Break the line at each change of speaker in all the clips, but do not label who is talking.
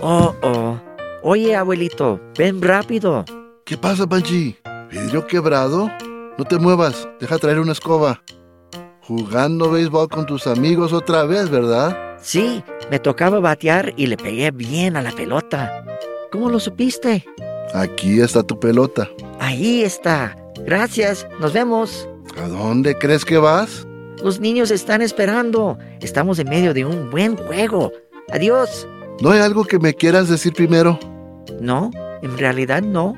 Oh, oh. Oye, abuelito, ven rápido.
¿Qué pasa, Panchi? ¿Vidrio quebrado? No te muevas, deja traer una escoba. Jugando béisbol con tus amigos otra vez, ¿verdad?
Sí, me tocaba batear y le pegué bien a la pelota. ¿Cómo lo supiste?
Aquí está tu pelota.
Ahí está. Gracias, nos vemos.
¿A dónde crees que vas?
Los niños están esperando. Estamos en medio de un buen juego. Adiós.
¿No hay algo que me quieras decir primero?
No, en realidad no.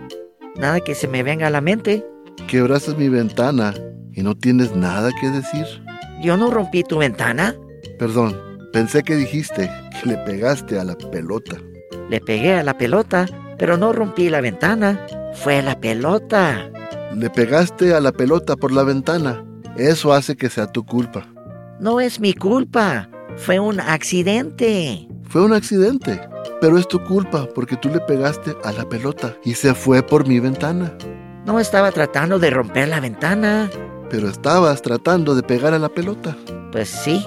Nada que se me venga a la mente.
Quebraste mi ventana y no tienes nada que decir.
Yo no rompí tu ventana.
Perdón, pensé que dijiste que le pegaste a la pelota.
Le pegué a la pelota, pero no rompí la ventana. Fue la pelota.
Le pegaste a la pelota por la ventana. Eso hace que sea tu culpa.
No es mi culpa. Fue un accidente.
Fue un accidente, pero es tu culpa porque tú le pegaste a la pelota y se fue por mi ventana.
No estaba tratando de romper la ventana.
Pero estabas tratando de pegar a la pelota.
Pues sí.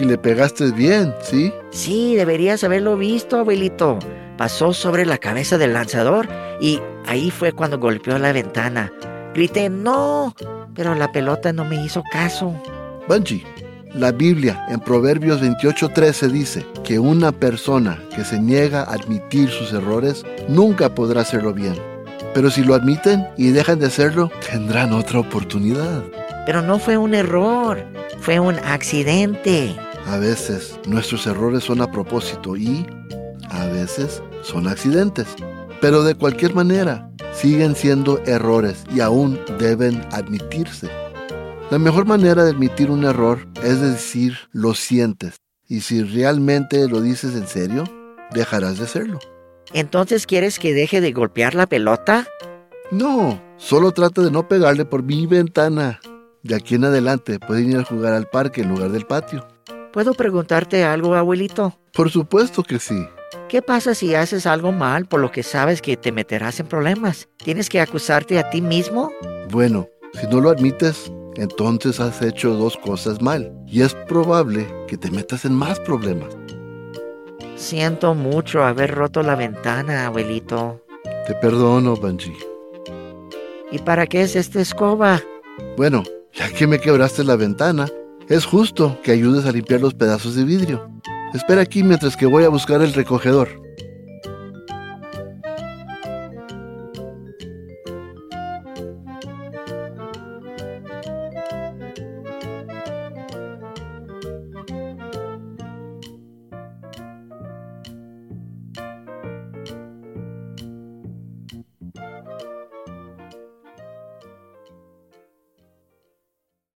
Y le pegaste bien, ¿sí?
Sí, deberías haberlo visto, abuelito. Pasó sobre la cabeza del lanzador y ahí fue cuando golpeó la ventana. Grité, no, pero la pelota no me hizo caso.
Banji, la Biblia en Proverbios 28:13 dice que una persona que se niega a admitir sus errores nunca podrá hacerlo bien. Pero si lo admiten y dejan de hacerlo, tendrán otra oportunidad.
Pero no fue un error, fue un accidente.
A veces nuestros errores son a propósito y a veces son accidentes. Pero de cualquier manera, siguen siendo errores y aún deben admitirse. La mejor manera de admitir un error es decir lo sientes. Y si realmente lo dices en serio, dejarás de hacerlo.
¿Entonces quieres que deje de golpear la pelota?
No, solo trata de no pegarle por mi ventana. De aquí en adelante pueden ir a jugar al parque en lugar del patio.
¿Puedo preguntarte algo, abuelito?
Por supuesto que sí.
¿Qué pasa si haces algo mal por lo que sabes que te meterás en problemas? ¿Tienes que acusarte a ti mismo?
Bueno, si no lo admites, entonces has hecho dos cosas mal y es probable que te metas en más problemas.
Siento mucho haber roto la ventana, abuelito.
Te perdono, Banji.
¿Y para qué es esta escoba?
Bueno, ya que me quebraste la ventana, es justo que ayudes a limpiar los pedazos de vidrio. Espera aquí mientras que voy a buscar el recogedor.